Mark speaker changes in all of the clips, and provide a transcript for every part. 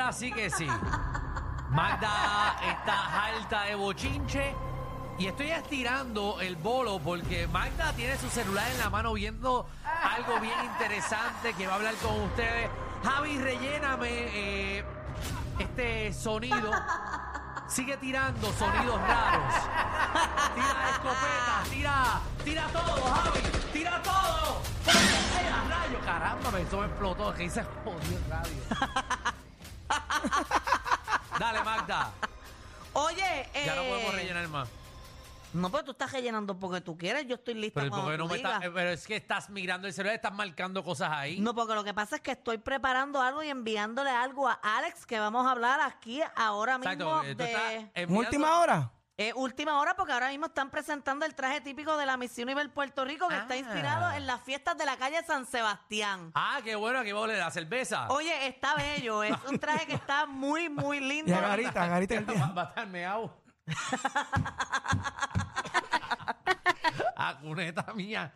Speaker 1: Esa sí que sí. Magda está alta de bochinche. Y estoy estirando el bolo porque Magda tiene su celular en la mano viendo algo bien interesante que va a hablar con ustedes. Javi, relléname eh, este sonido. Sigue tirando sonidos raros. Tira escopeta, tira, tira todo, Javi, tira todo. ¡Fuera, sea, rayo! Caramba, me- eso me explotó. Que hice jodido el radio. Dale, Magda.
Speaker 2: Oye, eh,
Speaker 1: Ya no podemos rellenar más.
Speaker 2: No, pero tú estás rellenando porque tú quieres. Yo estoy lista
Speaker 1: Pero, ¿y por
Speaker 2: cuando
Speaker 1: qué no
Speaker 2: tú
Speaker 1: me
Speaker 2: digas.
Speaker 1: está- eh, pero es que estás mirando el celular, estás marcando cosas ahí.
Speaker 2: No, porque lo que pasa es que estoy preparando algo y enviándole algo a Alex que vamos a hablar aquí ahora mismo
Speaker 1: eh, tú estás
Speaker 2: de
Speaker 1: enviando-
Speaker 3: ¿En última hora?
Speaker 2: Eh, última hora porque ahora mismo están presentando el traje típico de la Misión Nivel Puerto Rico que
Speaker 1: Ah.
Speaker 2: está inspirado en las fiestas de la calle San Sebastián.
Speaker 1: Ah, qué bueno, aquí va a oler la cerveza.
Speaker 2: Oye, está bello, es un traje que está muy, muy
Speaker 3: Y
Speaker 2: lindo.
Speaker 3: a Garita, a Garita que
Speaker 1: va,
Speaker 3: tiene-
Speaker 1: va a estar meao. ah, cuneta mía.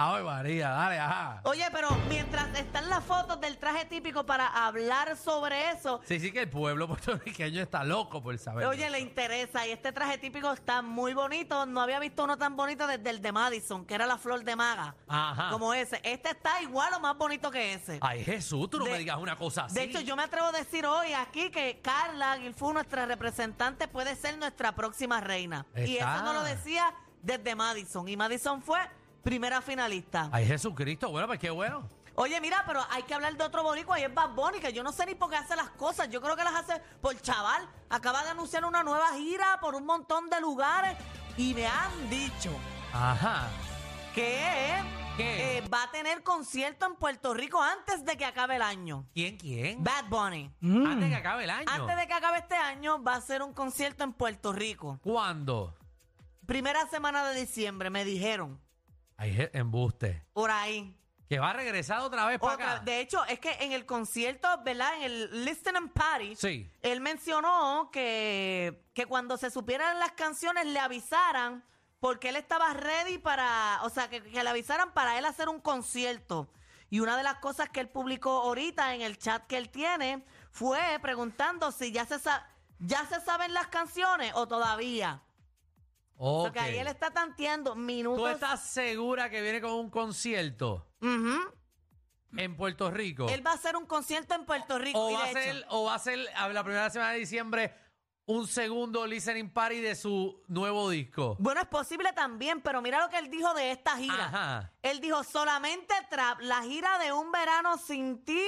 Speaker 1: Ay, María, dale, ajá.
Speaker 2: Oye, pero mientras están las fotos del traje típico para hablar sobre eso,
Speaker 1: Sí, sí que el pueblo puertorriqueño está loco por saber.
Speaker 2: Oye, le interesa y este traje típico está muy bonito. No había visto uno tan bonito desde el de Madison, que era la flor de maga.
Speaker 1: Ajá. Ah,
Speaker 2: Como ese. Este está igual o más bonito que ese.
Speaker 1: Ay, Jesús, tú no
Speaker 2: De-
Speaker 1: me digas una cosa así.
Speaker 2: De hecho, yo me atrevo a decir hoy aquí que Carla Guilfú, nuestra representante, puede ser nuestra próxima reina. Y
Speaker 1: Está.
Speaker 2: eso no lo decía desde Madison. Y Madison fue primera finalista.
Speaker 1: Ay, Jesucristo, bueno, pues qué bueno.
Speaker 2: Oye, mira, pero hay que hablar de otro boricua y es Bad Bunny, que yo no sé ni por qué hace las cosas. Yo creo que las hace por chaval. Acaba de anunciar una nueva gira por un montón de lugares y me han dicho
Speaker 1: Ajá.
Speaker 2: que
Speaker 1: ¿Qué?
Speaker 2: eh, va a tener concierto en Puerto Rico antes de que acabe el año.
Speaker 1: ¿Quién, quién?
Speaker 2: Bad Bunny.
Speaker 3: Mm.
Speaker 1: Antes que acabe el año.
Speaker 2: Mm. Antes de que acabe este año va a ser un concierto en Puerto Rico.
Speaker 1: ¿Cuándo?
Speaker 2: Primera semana de diciembre, me dijeron.
Speaker 1: Ay, je- embuste.
Speaker 2: Por ahí.
Speaker 1: Que va a regresar otra vez para
Speaker 2: Otra-
Speaker 1: acá.
Speaker 2: de hecho, es que en el concierto, ¿verdad? En el Listen and Party,
Speaker 1: Sí.
Speaker 2: él mencionó que, que cuando se supieran las canciones le avisaran porque él estaba ready para, o sea, que, que le avisaran para él hacer un concierto. Y una de las cosas que él publicó ahorita en el chat que él tiene fue preguntando si ya se, sa- ya se saben las canciones o todavía.
Speaker 1: Ok.
Speaker 2: Porque ahí él está tanteando minutos.
Speaker 1: ¿Tú estás segura que viene con un concierto
Speaker 2: Ujú.
Speaker 1: en Puerto Rico?
Speaker 2: Él va a hacer un concierto en Puerto Rico.
Speaker 1: Oh. o,
Speaker 2: y
Speaker 1: va a
Speaker 2: de hecho-
Speaker 1: ser, ¿O va a ser a la primera semana de diciembre un segundo listening party de su nuevo disco?
Speaker 2: Bueno, es posible también, pero mira lo que él dijo de esta gira.
Speaker 1: Ajá.
Speaker 2: Él dijo, solamente trap, la gira de un verano sin ti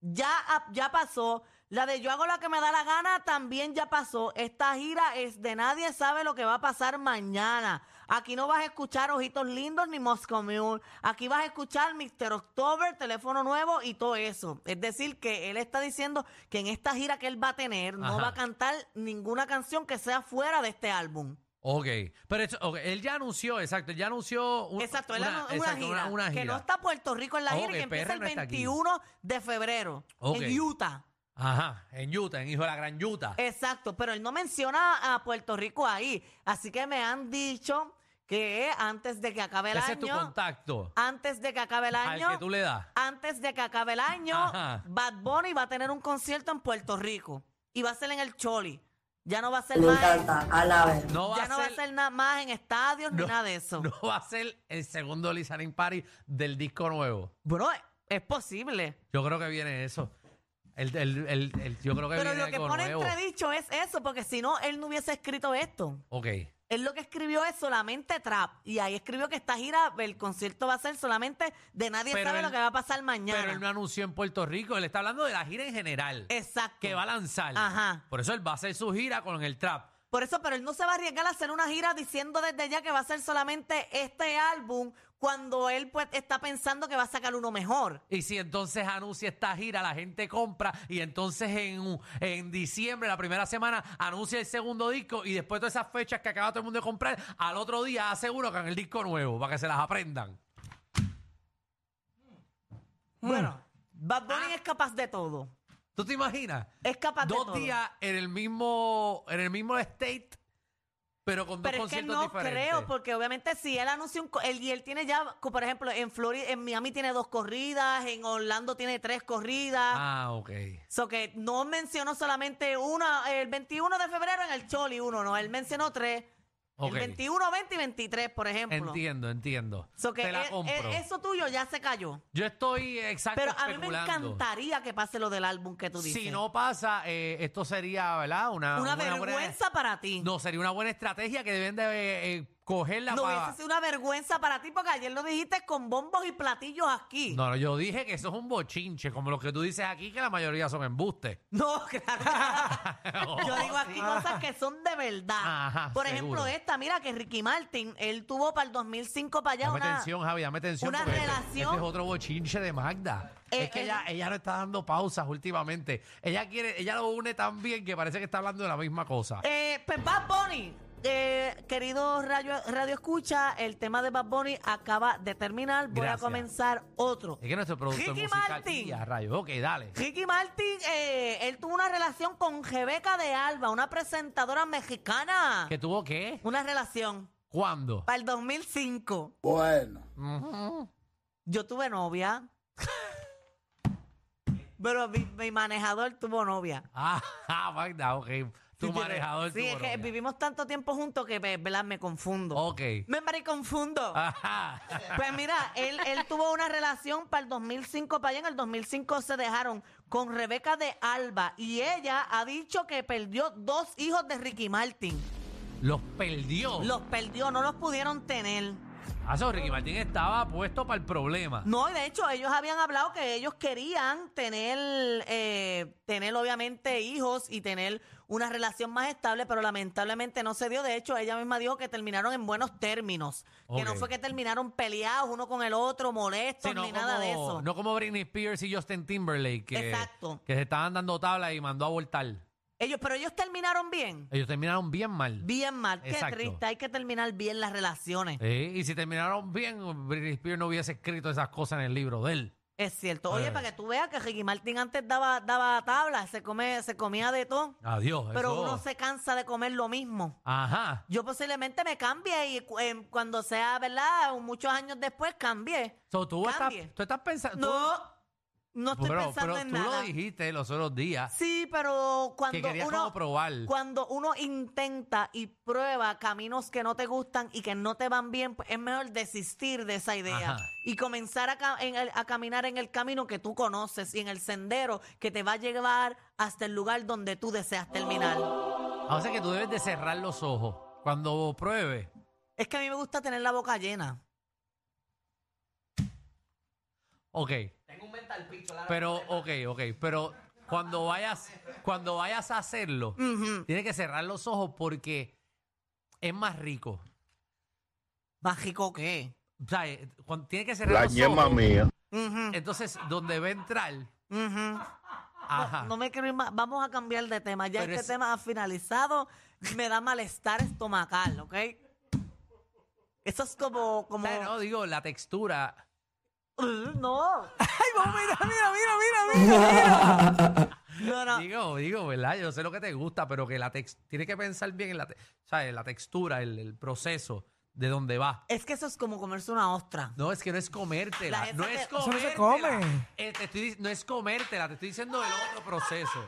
Speaker 2: ya, ha- ya pasó. La de yo hago la que me da la gana también ya pasó. Esta gira es de nadie sabe lo que va a pasar mañana. Aquí no vas a escuchar Ojitos Lindos ni Moscow Mule. Aquí vas a escuchar Mr. October, Teléfono Nuevo y todo eso. Es decir, que él está diciendo que en esta gira que él va a tener no
Speaker 1: Ajá.
Speaker 2: va a cantar ninguna canción que sea fuera de este álbum.
Speaker 1: Ok. Pero eso- ok, él ya anunció, exacto, él ya anunció un-
Speaker 2: Exacto, él anun- una,
Speaker 1: exacto,
Speaker 2: gira,
Speaker 1: una- una
Speaker 2: Que no
Speaker 1: gira.
Speaker 2: está Puerto Rico en la
Speaker 1: Oh,
Speaker 2: gira y
Speaker 1: que
Speaker 2: que empieza
Speaker 1: PR
Speaker 2: el
Speaker 1: no está aquí.
Speaker 2: 21 de febrero
Speaker 1: Ok.
Speaker 2: en Utah.
Speaker 1: Ajá, en Utah, en Hijo de la Gran Utah.
Speaker 2: Exacto, pero él no menciona a Puerto Rico ahí. Así que me han dicho que antes de que acabe el
Speaker 1: Ese es tu
Speaker 2: año,
Speaker 1: contacto
Speaker 2: antes de que acabe el
Speaker 1: al que
Speaker 2: año,
Speaker 1: tú le das.
Speaker 2: antes de que acabe el año,
Speaker 1: Ajá.
Speaker 2: Bad Bunny va a tener un concierto en Puerto Rico y va a ser en el Choli. Ya no va a ser
Speaker 4: Me
Speaker 2: más,
Speaker 4: encanta, alaben.
Speaker 1: No va
Speaker 2: ya
Speaker 1: a
Speaker 2: no va a
Speaker 1: ser,
Speaker 2: ser nada más en estadios ni
Speaker 1: No,
Speaker 2: nada de eso.
Speaker 1: no va a ser el segundo listening party del disco nuevo.
Speaker 2: Bueno, es posible.
Speaker 1: Yo creo que viene eso. El, el, el, el- yo creo que
Speaker 2: Pero
Speaker 1: viene
Speaker 2: lo que
Speaker 1: algo
Speaker 2: pone
Speaker 1: nuevo.
Speaker 2: entredicho es eso, porque si no, él no hubiese escrito esto.
Speaker 1: Ok.
Speaker 2: Él lo que escribió es solamente trap. Y ahí escribió que esta gira, el concierto va a ser solamente de nadie
Speaker 1: Pero
Speaker 2: sabe
Speaker 1: él-
Speaker 2: lo que va a pasar mañana.
Speaker 1: Pero él no anunció en Puerto Rico. Él está hablando de la gira en general.
Speaker 2: Exacto.
Speaker 1: Que va a lanzar.
Speaker 2: Ajá.
Speaker 1: Por eso él va a hacer su gira con el trap.
Speaker 2: Por eso, pero él no se va a arriesgar a hacer una gira diciendo desde ya que va a ser solamente este álbum cuando él pues está pensando que va a sacar uno mejor.
Speaker 1: Y si entonces anuncia esta gira, la gente compra. Y entonces en, en diciembre, la primera semana, anuncia el segundo disco. Y después de todas esas fechas que acaba todo el mundo de comprar, al otro día aseguro que en el disco nuevo, para que se las aprendan.
Speaker 2: Bueno, Bad Bunny
Speaker 1: Hmm. Ah.
Speaker 2: es capaz de todo.
Speaker 1: ¿Tú te imaginas?
Speaker 2: Es capaz de
Speaker 1: Dos
Speaker 2: todo.
Speaker 1: días en el mismo, en el mismo state, pero con dos
Speaker 2: Pero es que
Speaker 1: conciertos
Speaker 2: no
Speaker 1: diferentes.
Speaker 2: creo, porque obviamente si él anuncia un... co- Él, y él tiene ya, co- por ejemplo, en Florida, en Miami tiene dos corridas, en Orlando tiene tres corridas.
Speaker 1: Ah, ok.
Speaker 2: So que no mencionó solamente una, el 21 de febrero en el Choli uno, no, él mencionó tres.
Speaker 1: Ok.
Speaker 2: El 21, 20 y 23, por ejemplo.
Speaker 1: Entiendo, entiendo.
Speaker 2: So que
Speaker 1: Te la
Speaker 2: e- e-
Speaker 1: compro.
Speaker 2: eso tuyo ya se cayó.
Speaker 1: Yo estoy exacto
Speaker 2: Pero a mí me
Speaker 1: especulando.
Speaker 2: encantaría que pase lo del álbum que tú dices.
Speaker 1: Si no pasa, eh, esto sería, ¿verdad? Una,
Speaker 2: una,
Speaker 1: buena-
Speaker 2: vergüenza para ti.
Speaker 1: no, sería una buena estrategia que deben de eh, eh, cogerla
Speaker 2: No
Speaker 1: para...
Speaker 2: hubiese sido una vergüenza para ti porque ayer lo dijiste con bombos y platillos aquí.
Speaker 1: No, no, yo dije que eso es un bochinche, como los que tú dices aquí, que la mayoría son embustes.
Speaker 2: No, claro. que no. Yo digo aquí cosas que son de verdad.
Speaker 1: Ajá,
Speaker 2: Por
Speaker 1: seguro.
Speaker 2: ejemplo, esta, mira que Ricky Martin, él tuvo para el 2005 para allá
Speaker 1: Dame
Speaker 2: una...
Speaker 1: atención, Javi, dame atención.
Speaker 2: una
Speaker 1: porque este-
Speaker 2: relación-
Speaker 1: este es otro bochinche de Magda.
Speaker 2: Eh,
Speaker 1: es que
Speaker 2: eh,
Speaker 1: ella, ella no está dando pausas últimamente. Ella quiere, ella lo une tan bien que parece que está hablando de la misma cosa.
Speaker 2: Eh, pues Bad Bunny, eh, querido radio, radio Escucha, el tema de Bad Bunny acaba de terminar. Voy
Speaker 1: Gracias.
Speaker 2: a comenzar otro.
Speaker 1: es que nuestro productor
Speaker 2: Ricky
Speaker 1: musical.
Speaker 2: Martin.
Speaker 1: Ya, rayos. Ok, dale.
Speaker 2: Ricky Martin, eh, él tuvo una relación con Rebeca de Alba, una presentadora mexicana.
Speaker 1: ¿Que tuvo qué?
Speaker 2: Una relación
Speaker 1: ¿Cuándo?
Speaker 2: para el 2005.
Speaker 3: Bueno.
Speaker 2: Yo tuve novia. Pero mi, mi manejador tuvo novia.
Speaker 1: Ah, ah, Magda, ok. Tu
Speaker 2: Sí, pero-
Speaker 1: manejador.
Speaker 2: Sí,
Speaker 1: tuvo
Speaker 2: es que
Speaker 1: novia.
Speaker 2: vivimos tanto tiempo juntos que, ve- ¿verdad? Me confundo.
Speaker 1: Ok. Ah.
Speaker 2: Me mariconfundo. confundo.
Speaker 1: Ajá.
Speaker 2: Pues mira, él, él tuvo una relación para el 2005, para allá en el 2005 se dejaron con Rebeca de Alba y ella ha dicho que perdió dos hijos de Ricky Martin.
Speaker 1: Los perdió.
Speaker 2: Los perdió, no los pudieron tener.
Speaker 1: Ah, eso, Ricky Martín estaba puesto para el problema.
Speaker 2: No, y de hecho ellos habían hablado que ellos querían tener, eh, tener obviamente hijos y tener una relación más estable, pero lamentablemente no se dio. De hecho, ella misma dijo que terminaron en buenos términos, que no
Speaker 1: Ok.
Speaker 2: fue que terminaron peleados uno con el otro, molestos
Speaker 1: Sí, no
Speaker 2: ni nada de
Speaker 1: como-
Speaker 2: eso.
Speaker 1: No como Britney Spears y Justin Timberlake, que,
Speaker 2: Exacto.
Speaker 1: que se estaban dando tabla y mandó a voltar.
Speaker 2: Ellos, pero ellos terminaron bien.
Speaker 1: Ellos terminaron bien mal.
Speaker 2: Bien mal, qué
Speaker 1: Exacto.
Speaker 2: triste. Hay que terminar bien las relaciones.
Speaker 1: Sí, y si terminaron bien, Britney Spears no hubiese escrito esas cosas en el libro de él.
Speaker 2: Es cierto. Oye,
Speaker 1: Eh.
Speaker 2: para que tú veas que Ricky Martin antes daba, daba tabla, se, come, se comía de todo,
Speaker 1: Adiós.
Speaker 2: pero
Speaker 1: eso-
Speaker 2: uno se cansa de comer lo mismo.
Speaker 1: Ajá.
Speaker 2: Yo posiblemente me cambie y cu- em, cuando sea, ¿verdad? Muchos años después cambie.
Speaker 1: So, tú, estás,
Speaker 2: Cambie.
Speaker 1: tú estás pensando.
Speaker 2: No, no estoy
Speaker 1: pero,
Speaker 2: pensando
Speaker 1: pero
Speaker 2: en
Speaker 1: tú
Speaker 2: nada.
Speaker 1: lo dijiste los otros días.
Speaker 2: Sí, pero
Speaker 1: que
Speaker 2: cuando
Speaker 1: querías como
Speaker 2: uno,
Speaker 1: probar.
Speaker 2: cuando uno intenta y prueba caminos que no te gustan y que no te van bien, pues, es mejor desistir de esa idea
Speaker 1: Ajá.
Speaker 2: y comenzar a, ca- en el- a caminar en el camino que tú conoces y en el sendero que te va a llevar hasta el lugar donde tú deseas terminar.
Speaker 1: O sea que tú debes de cerrar los ojos cuando pruebes.
Speaker 2: Es que a mí me gusta tener la boca llena.
Speaker 1: Ok. Tengo un mental Pero, ok, ok. Pero cuando vayas, cuando vayas a hacerlo,
Speaker 2: Ujú.
Speaker 1: tienes que cerrar los ojos porque es más rico.
Speaker 2: ¿Más rico qué?
Speaker 1: O sea, eh, cuando tienes que cerrar
Speaker 3: La
Speaker 1: los
Speaker 3: yema
Speaker 1: ojos.
Speaker 3: mía.
Speaker 2: Ujú,
Speaker 1: Entonces, donde va a entrar,
Speaker 2: ujú.
Speaker 1: ajá.
Speaker 2: No me quiero ir más. Vamos a cambiar de tema. Ya
Speaker 1: Pero
Speaker 2: este
Speaker 1: es-
Speaker 2: tema ha finalizado. Me da malestar estomacal, ¿ok? Eso es como...
Speaker 1: O
Speaker 2: como...
Speaker 1: sea, no, digo, la textura.
Speaker 2: Uh, No.
Speaker 1: Ay, mira, mira, mira, mira, mira.
Speaker 2: No, no.
Speaker 1: Digo, digo, ¿verdad? Yo sé lo que te gusta, pero que la textura, tienes que pensar bien en la, te- ¿sabes? la textura, el, el proceso, de dónde va.
Speaker 2: Es que eso es como comerse una ostra.
Speaker 1: No, es que no es comértela.
Speaker 2: La-
Speaker 1: no
Speaker 2: esa
Speaker 1: es
Speaker 2: que- Eso
Speaker 4: no se
Speaker 1: comértela.
Speaker 4: come.
Speaker 1: Eh, te estoy, dic- no es comértela, te estoy diciendo el otro proceso.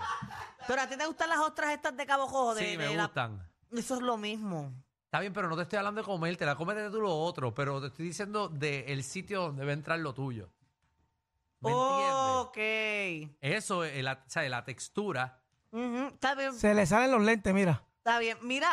Speaker 2: Pero a ti te gustan las ostras estas de Cabo Cojo. De,
Speaker 1: sí, me
Speaker 2: de la-
Speaker 1: gustan.
Speaker 2: Eso es lo mismo.
Speaker 1: Está bien, pero no te estoy hablando de comértela. Cómete tú lo otro, pero te estoy diciendo del sitio donde va a entrar lo tuyo. ¿Me
Speaker 2: ok.
Speaker 1: entiendes? Eso, es la, o sea, la textura.
Speaker 2: Ujú, Está bien.
Speaker 4: Se le salen los lentes, mira.
Speaker 2: Está bien. Mira,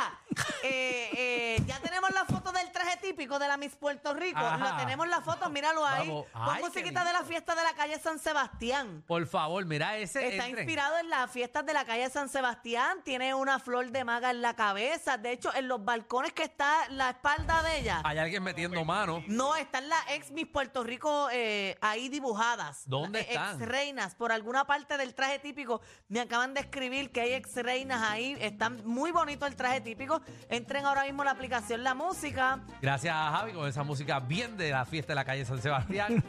Speaker 2: eh, eh, ya tenemos la foto del traje típico de la Miss Puerto Rico.
Speaker 1: Ajá.
Speaker 2: Lo tenemos la foto, míralo ahí.
Speaker 1: Vamos.
Speaker 2: Con
Speaker 1: Ay, qué
Speaker 2: musiquita de
Speaker 1: lindo.
Speaker 2: la fiesta de la calle San Sebastián.
Speaker 1: Por favor, mira ese.
Speaker 2: Está
Speaker 1: entren.
Speaker 2: inspirado en las fiestas de la calle San Sebastián. Tiene una flor de maga en la cabeza. De hecho, en los balcones que está la espalda de ella.
Speaker 1: Hay alguien metiendo mano.
Speaker 2: No, están las ex Miss Puerto Rico eh, ahí dibujadas.
Speaker 1: ¿Dónde están?
Speaker 2: Ex reinas, por alguna parte del traje típico. Me acaban de escribir que hay ex reinas ahí. Están muy bonito el traje típico. Entren ahora mismo a la aplicación La Música.
Speaker 1: Gracias a Javi con esa música bien de la fiesta de la calle San Sebastián.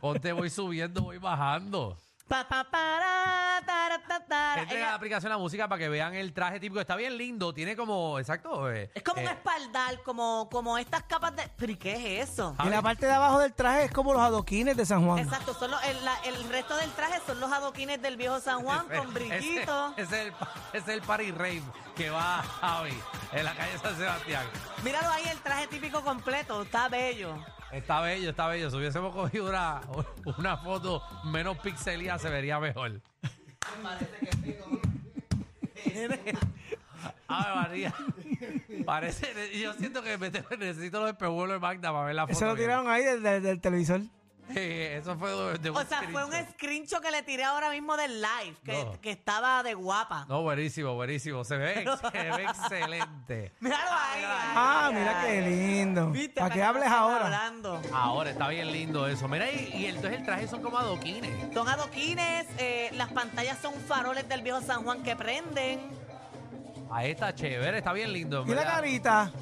Speaker 1: Ponte voy subiendo, voy bajando.
Speaker 2: Pa, pa, para, tara, ta, tara.
Speaker 1: Entren a
Speaker 2: Ella-
Speaker 1: la aplicación de la música para que vean el traje típico. Está bien lindo, tiene como, exacto. eh,
Speaker 2: es como
Speaker 1: eh,
Speaker 2: un espaldar, como, como estas capas de... ¿Pero y qué es eso?
Speaker 1: Ah,
Speaker 3: Y la parte de abajo del traje es como los adoquines de San Juan.
Speaker 2: Exacto, son los- el, la- el resto del traje son los adoquines del viejo San Juan con
Speaker 1: ese-
Speaker 2: brillitos.
Speaker 1: Ese, es el, pa- ese es el party rave que va Javi en la calle San Sebastián.
Speaker 2: Míralo ahí, el traje típico completo, está bello.
Speaker 1: Está bello, está bello. Si hubiésemos cogido una, una foto menos pixelía, se vería mejor. Ay, María. Parece, yo siento que me te- necesito los espejuelos de Magda para ver la foto.
Speaker 3: Eso lo
Speaker 1: bien.
Speaker 3: tiraron ahí del, del- del televisor.
Speaker 1: Sí, eso fue de, de
Speaker 2: O sea, fue un
Speaker 1: screenshot.
Speaker 2: screenshot que le tiré ahora mismo del live, que,
Speaker 1: No.
Speaker 2: que estaba de guapa.
Speaker 1: No, buenísimo, buenísimo. Se ve, se ve excelente.
Speaker 2: Míralo ahí.
Speaker 3: Ah,
Speaker 2: ay,
Speaker 3: mira
Speaker 2: ay.
Speaker 3: qué lindo.
Speaker 2: ¿Viste?
Speaker 3: ¿Para qué
Speaker 2: no
Speaker 3: hables
Speaker 2: estén
Speaker 3: ahora?
Speaker 2: Hablando.
Speaker 1: Ahora está bien lindo eso. Mira, y, y entonces el traje son como adoquines.
Speaker 2: Son adoquines, eh, las pantallas son faroles del viejo San Juan que prenden.
Speaker 1: Ahí está chévere, está bien lindo. en
Speaker 3: Y la
Speaker 1: verdad.
Speaker 3: carita.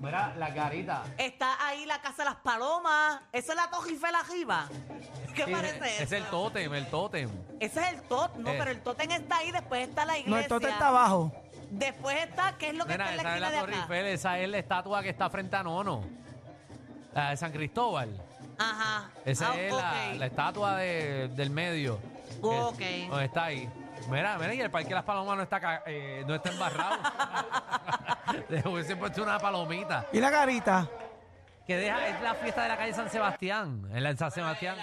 Speaker 1: Mira la carita.
Speaker 2: Está ahí la Casa de las Palomas. Esa es la Torre Eiffel arriba. ¿Qué
Speaker 1: Sí,
Speaker 2: parece
Speaker 1: Es
Speaker 2: eso?
Speaker 1: el tótem, el tótem.
Speaker 2: Ese es el tot, no,
Speaker 1: Eh.
Speaker 2: pero el totem está ahí, después está la iglesia.
Speaker 3: No, el tote está abajo.
Speaker 2: Después está, ¿qué es lo que
Speaker 1: Mira,
Speaker 2: está
Speaker 1: esa
Speaker 2: en la
Speaker 1: es la
Speaker 2: esquina
Speaker 1: Torre
Speaker 2: de acá?
Speaker 1: Eiffel, esa es la estatua que está frente a Nono. La de San Cristóbal.
Speaker 2: Ajá.
Speaker 1: Esa
Speaker 2: Ah,
Speaker 1: es la,
Speaker 2: ok.
Speaker 1: la estatua de- del medio. que-
Speaker 2: Ok.
Speaker 1: Donde está ahí. Mira, mira, y el Parque de las Palomas no está, ca- eh, no está embarrado. Le hubiese puesto una palomita.
Speaker 3: Y la carita.
Speaker 1: Que deja, es la fiesta de la calle San Sebastián. En la de San Sebastián.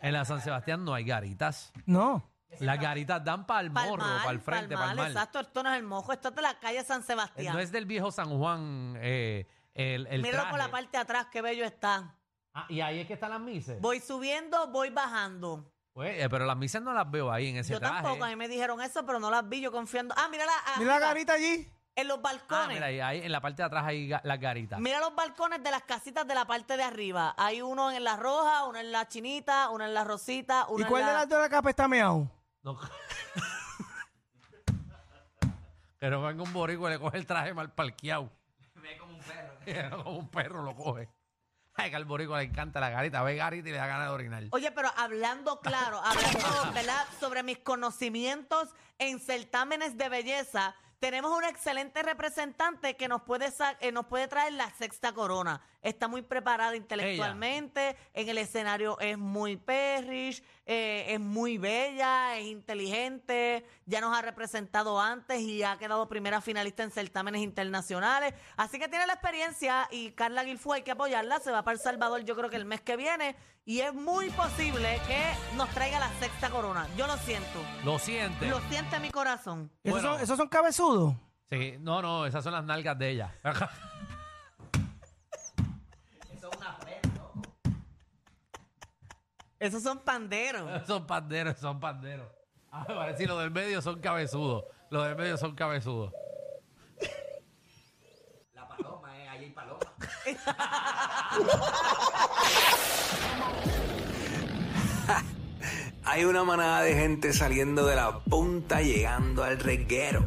Speaker 1: En la San Sebastián no hay garitas.
Speaker 3: No.
Speaker 1: Las garitas dan para el morro,
Speaker 2: Palmal,
Speaker 1: para el frente, para
Speaker 2: Palmal,
Speaker 1: el mal.
Speaker 2: Exacto, esto no es el mojo, esto es de la calle San Sebastián.
Speaker 1: No es del viejo San Juan eh, el, el
Speaker 2: Míralo por la
Speaker 1: traje.
Speaker 2: parte de atrás, qué bello está.
Speaker 1: Ah, y ahí es que están las mises.
Speaker 2: Voy subiendo, voy bajando.
Speaker 1: Pues, eh, pero las mises no las veo ahí en ese
Speaker 2: yo
Speaker 1: traje.
Speaker 2: tampoco, a mí me dijeron eso, pero no las vi, yo confiando. Ah, mírala.
Speaker 3: Mira la
Speaker 2: arriba,
Speaker 3: carita allí.
Speaker 2: En los
Speaker 1: Ah,
Speaker 2: balcones.
Speaker 1: mira, ahí, ahí en la parte de atrás hay ga- las garitas.
Speaker 2: Mira los balcones de las casitas de la parte de arriba. Hay uno en la roja, uno en la chinita, uno en la rosita, uno
Speaker 3: ¿Y cuál
Speaker 2: en
Speaker 3: de
Speaker 2: la...
Speaker 3: las dos de la capa está meao?
Speaker 1: No. que no venga un boricua y le coge el traje mal parqueado. Ve como un perro. como un perro lo coge. Ay, que al boricua le encanta la garita. Ve garita y le da ganas de orinar.
Speaker 2: Oye, pero hablando claro, hablando, ¿verdad? Sobre mis conocimientos en certámenes de belleza, tenemos un excelente representante que nos puede, sa- eh, nos puede traer la sexta corona. Está muy preparada intelectualmente, en el escenario es muy perrish, eh, es muy bella, es inteligente, ya nos ha representado antes y ha quedado primera finalista en certámenes internacionales. Así que tiene la experiencia y Carla Guilfú hay que apoyarla. Se va para El Salvador yo creo que el mes que viene y es muy posible que nos traiga la sexta corona. Yo lo siento.
Speaker 1: Lo siente.
Speaker 2: Lo siente mi corazón.
Speaker 3: ¿Esos,
Speaker 1: Bueno.
Speaker 3: son, esos son cabezudos?
Speaker 1: Sí, no, no, esas son las nalgas de ella.
Speaker 2: Esos son panderos.
Speaker 1: son panderos, son panderos. Ah, me parece que los del medio son cabezudos. Los del medio son cabezudos.
Speaker 4: La paloma, eh, ahí hay paloma.
Speaker 5: Hay una manada de gente saliendo de la punta llegando al reguero.